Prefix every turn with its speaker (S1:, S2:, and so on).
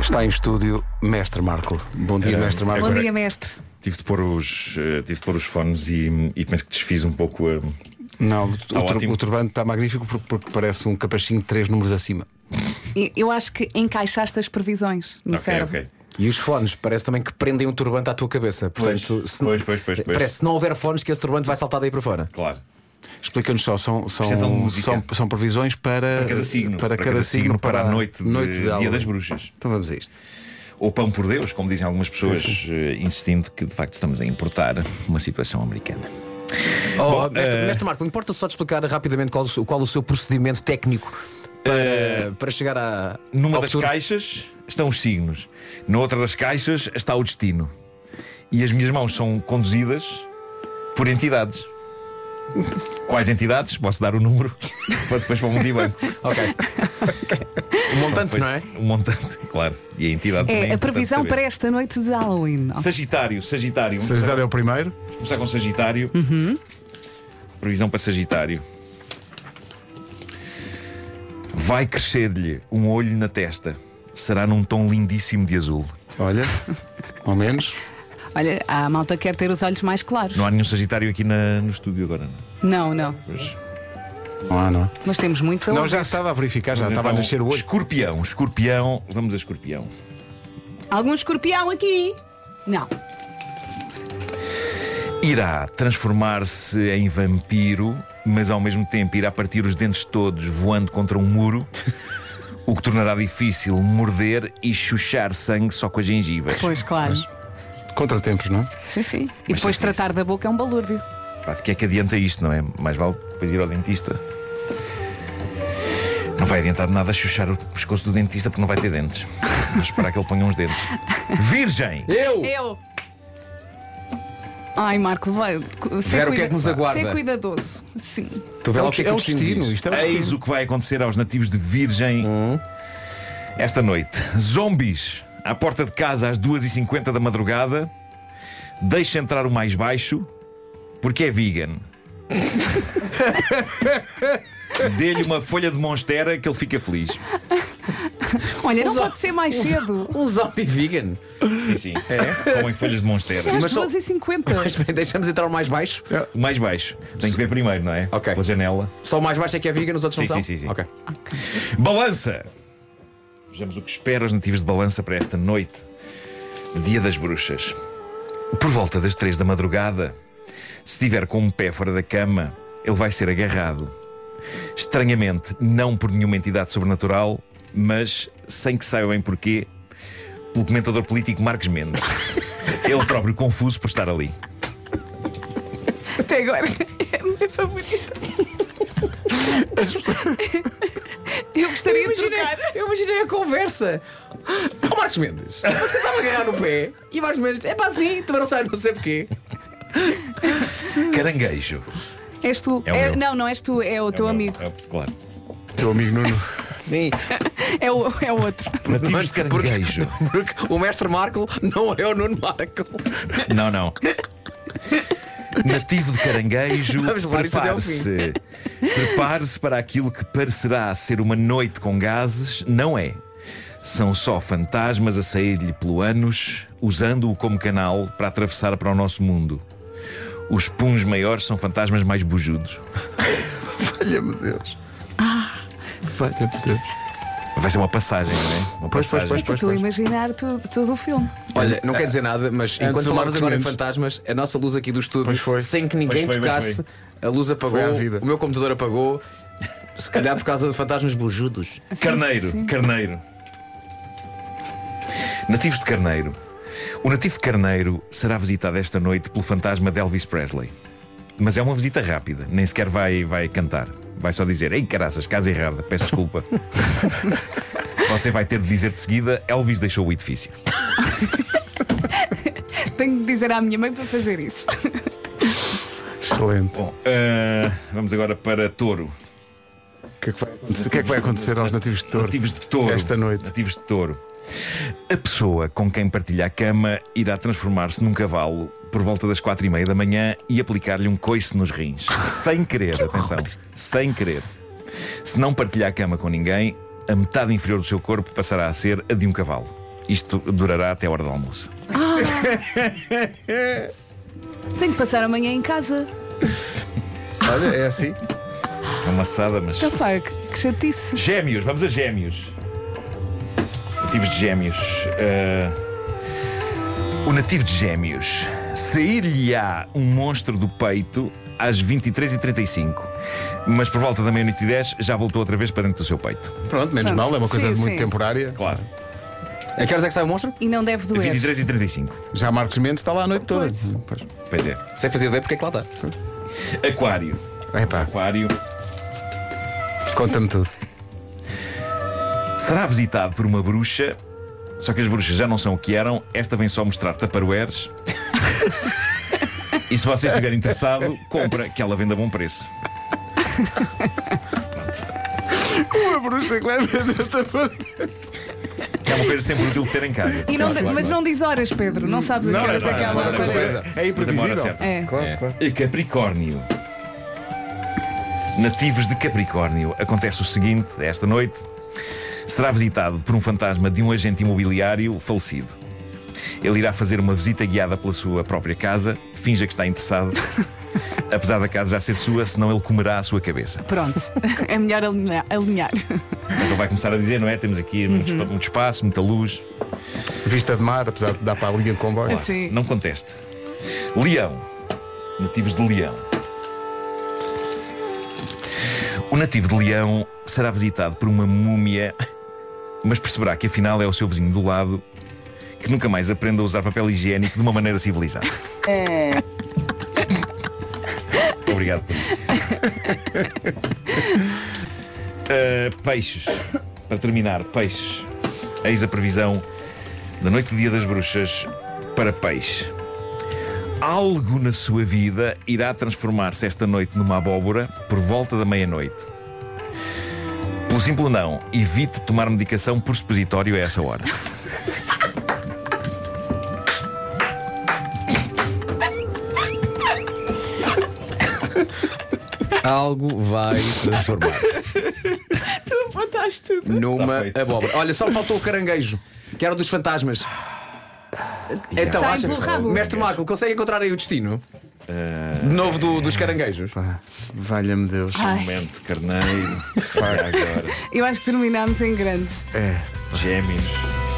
S1: Está em estúdio Mestre Marco. Bom dia,
S2: Eh,
S1: Mestre Marco.
S3: Bom
S2: Agora-
S3: dia, mestre.
S2: Tive de pôr os, eh, tive de pôr os fones e, e penso que desfiz um pouco a.
S1: Não, o, tur-
S2: ótimo.
S1: o turbante está magnífico porque, porque parece um capachinho de três números acima.
S3: E- Eu acho que encaixaste as previsões no
S2: ok,
S3: cérebro.
S2: ok.
S4: E os fones parece também que prendem um turbante à tua cabeça. Portanto, se,
S2: pois, pois, pois, pois.
S4: parece que se não houver fones que esse turbante vai saltar daí para fora.
S2: Claro.
S1: Explica-nos só, são, são,
S2: Isto é tão
S1: são,
S2: música.
S1: são previsões para,
S2: Para cada signo.
S1: para, cada, signo,
S2: para a noite de- Dia
S1: Halloween.
S2: das Bruxas.
S1: Então vamos a isto.
S2: Ou pão por Deus, como dizem algumas pessoas, eh, insistindo que de facto estamos a importar uma situação americana. eh,
S4: Oh, mestre, mestre Marco, importa só de explicar rapidamente qual, o seu- qual o seu procedimento técnico para, para chegar à.
S2: Eh, Numa
S4: ao
S2: das
S4: futuro?
S2: caixas estão os signos, na outra das caixas está o destino. E as minhas mãos são conduzidas por entidades. Quais entidades? Posso dar o número para depois para o multibanco.
S4: Ok. Um montante, não é?
S2: Um montante, claro. E a entidade também
S3: É a
S2: importante
S3: previsão
S2: saber.
S3: para esta noite de Halloween.
S2: Sagitário, Sagitário. Vamos
S1: Sagitário é o primeiro.
S2: começar com Sagitário.
S3: Uhum.
S2: Previsão para Sagitário. Vai crescer-lhe um olho na testa. Será num tom lindíssimo de azul.
S1: Olha, ao menos.
S3: Olha, a malta quer ter os olhos mais claros.
S2: Não há nenhum Sagitário aqui na- no estúdio agora, não?
S4: é?
S3: Não, não.
S2: Pois.
S1: Não há, não. é?
S3: Mas temos muito
S1: Não,
S3: saúde.
S1: já estava Então a verificar, já
S2: Mas
S1: estava a
S2: então,
S1: nascer o olho.
S2: Escorpião, escorpião, vamos a escorpião.
S3: Algum escorpião aqui? Não.
S2: Irá transformar-se em vampiro, mas ao mesmo tempo irá partir os dentes todos voando contra um muro, o que tornará difícil morder e chuchar sangue só com as gengivas.
S3: Pois, claro.
S1: Contratempos, não é?
S3: Sim, sim. E depois
S2: é
S3: tratar da boca é um balúrdio.
S2: Pá, de que é que adianta isto, não é? Mais vale depois ir ao dentista. Não vai adiantar de nada chuchar o pescoço do dentista porque não vai ter dentes. Vamos esperar que ele ponha uns dentes. Virgem!
S4: Eu!
S3: Eu! Ai, Marco, vai. ser
S4: Vera, o que é que nos aguarda?
S3: Ser cuidadoso. Sim.
S4: Tu vê
S2: um
S4: lá o que é que
S1: É
S4: o Hum.
S1: o
S4: destino
S1: destino,
S4: diz.
S1: isto é o destino.
S2: Eis o que vai acontecer aos nativos de Virgem esta noite. Zombies à porta de casa às 2h50 da madrugada. Deixa entrar o mais baixo, porque é vegan. Dê-lhe uma folha de monstera que ele fica feliz.
S3: Olha, não
S4: Os-
S3: pode ser mais cedo.
S4: Um zombie vegan.
S2: Sim, sim.
S4: É?
S2: Comem folhas de monstera.
S3: Às
S4: Mas só-
S3: 2h50.
S4: Mas espera, deixamos entrar o mais baixo.
S2: O mais baixo. Tem que ver primeiro, não é?
S4: Ok.
S2: Pela janela.
S4: Só o mais baixo é que é vegan, os outros
S2: Sim,
S4: não são?
S2: sim, sim, sim.
S4: Ok.
S2: Balança! Vejamos o que espera os nativos de balança para esta noite de Dia das Bruxas. Por volta das três da madrugada, se tiver com um pé fora da cama, ele vai ser agarrado. Estranhamente, não por nenhuma entidade sobrenatural, mas, sem que saibam bem porquê, pelo comentador político Marcos Mendes. Ele próprio confuso por estar ali.
S3: Até agora é a minha favorita. Eu gostaria de trocar.
S4: eu imaginei a conversa. Ó Marcos Mendes, você estava a agarrar no pé e Marcos Mendes, é pá assim, também não sai, não sei porquê.
S2: Caranguejo.
S3: És tu.
S2: É o
S3: É-
S2: meu.
S3: não, não és tu, é o teu
S2: É o meu-
S3: amigo.
S2: é o- claro.
S1: Teu amigo Nuno.
S4: Sim,
S3: É o, é o outro.
S2: Nativos de caranguejo.
S4: porque o mestre Marco não é o Nuno Marco.
S2: Não, não. Nativo de caranguejo,
S4: Vamos levar isso até ao
S2: prepare-se. Prepare-se para aquilo que parecerá ser uma noite com gases, não é? São só fantasmas a sair-lhe pelo ânus, usando-o como canal para atravessar para o nosso mundo. Os puns maiores são fantasmas mais bujudos.
S1: Valha-me Deus. Valha-me Deus.
S2: Vai ser uma passagem, não é? Uma
S1: Pois, pois,
S2: passagem.
S1: pois, pois.
S3: Estou a imaginar tu, todo o filme.
S4: Olha, não quer dizer nada, mas enquanto
S1: o
S4: falavas
S1: Marcos
S4: agora em
S1: Mendes.
S4: fantasmas, a nossa luz aqui do estúdio,
S1: Pois foi.
S4: sem que ninguém
S2: Pois foi, pois
S4: tocasse, a luz
S1: Foi à
S4: apagou,
S1: vida.
S4: o meu computador apagou, se calhar por causa de fantasmas bujudos.
S2: Carneiro,
S3: Assim, Sim, sim.
S2: carneiro. Nativos de Carneiro. O nativo de Carneiro será visitado esta noite pelo fantasma de Elvis Presley. Mas é uma visita rápida, nem sequer vai, vai cantar. Vai só dizer: Ei, caraças, casa errada, peço desculpa. Você vai ter de dizer de seguida: Elvis deixou o edifício.
S3: Tenho de dizer à minha mãe para fazer isso.
S1: Excelente.
S2: Bom, ah, vamos agora para Touro.
S1: O que, é que vai acontecer- o que é que vai acontecer aos nativos de touro?
S2: Nativos de touro.
S1: Esta noite.
S2: Nativos de touro. A pessoa com quem partilha a cama irá transformar-se num cavalo por volta das quatro e meia da manhã e aplicar-lhe um coice nos rins. Sem querer, atenção. Sem querer. Se não partilhar a cama com ninguém, a metade inferior do seu corpo passará a ser a de um cavalo. Isto durará até a hora do almoço.
S3: Tenho que passar amanhã em casa.
S1: Olha, é assim.
S2: É uma assada, mas.
S3: Epá, que, que chatice.
S2: Gêmeos, vamos a gêmeos. Nativos de gêmeos. Ah, O nativo de gêmeos. Sair-lhe-á um monstro do peito às 23h35. Mas por volta da meia-noite e 10 já voltou outra vez para dentro do seu peito.
S4: Pronto, menos
S1: Menos mal, é uma coisa
S3: Sim,
S1: muito
S3: sim.
S1: temporária.
S2: Claro.
S4: A que horas é que sai o monstro?
S3: E não deve doer.
S2: 23h35.
S1: Já Marcos Mendes está lá a noite toda. Pois.
S2: Pois é.
S4: Sem fazer ideia porque é que lá está.
S2: Aquário.
S1: Epá,
S2: Aquário.
S1: conta-me tudo.
S2: Será visitado por uma bruxa, só que as bruxas já não são o que eram, esta vem só mostrar taparueres. e se você estiver interessado, compra, que ela vende a bom preço.
S1: Uma bruxa que vai
S2: É uma coisa sempre útil de ter em casa.
S3: E não de- mas não diz horas, Pedro. Não sabes a que horas é que há
S1: não,
S3: uma
S1: não,
S3: coisa.
S1: não,
S2: É imprevisível.
S3: É.
S1: Claro, claro.
S2: E Capricórnio. Nativos de Capricórnio, acontece o seguinte esta noite: será visitado por um fantasma de um agente imobiliário falecido. Ele irá fazer uma visita guiada pela sua própria casa, finja que está interessado, apesar da casa já ser sua, senão ele comerá a sua cabeça.
S3: Pronto. É melhor alinhar. alinhar.
S2: Então vai começar a dizer, não é? Temos aqui muito,
S3: Uhum.
S2: espa- muito espaço, muita luz.
S1: Vista de mar, apesar de dar para a linha de comboio.
S3: Sim.
S2: Não conteste. Leão. Nativos de Leão. O nativo de Leão será visitado por uma múmia, mas perceberá que afinal é o seu vizinho do lado que nunca mais aprende a usar papel higiênico de uma maneira civilizada.
S3: É.
S2: Obrigado por isso. Uh, peixes. Para terminar, peixes. Eis a previsão da noite do Dia das Bruxas para peixe. Algo na sua vida irá transformar-se esta noite numa abóbora por volta da meia-noite. Pelo simples não, evite tomar medicação por supositório a essa hora.
S4: Algo vai transformar-se
S3: Tu apontaste tudo.
S2: Tá
S4: numa
S2: feito.
S4: abóbora. Olha, só me faltou o caranguejo, que era o dos fantasmas. Então,
S3: Sai
S4: acha...
S3: pelo rabo.
S4: Mestre Marco, consegue encontrar aí o destino?
S2: Eh,
S4: De novo do- dos caranguejos.
S1: Valha-me Deus.
S3: Ah,
S2: Momento carneiro, até agora,
S3: Eu acho que terminámos em grande.
S1: É.
S2: gêmeos.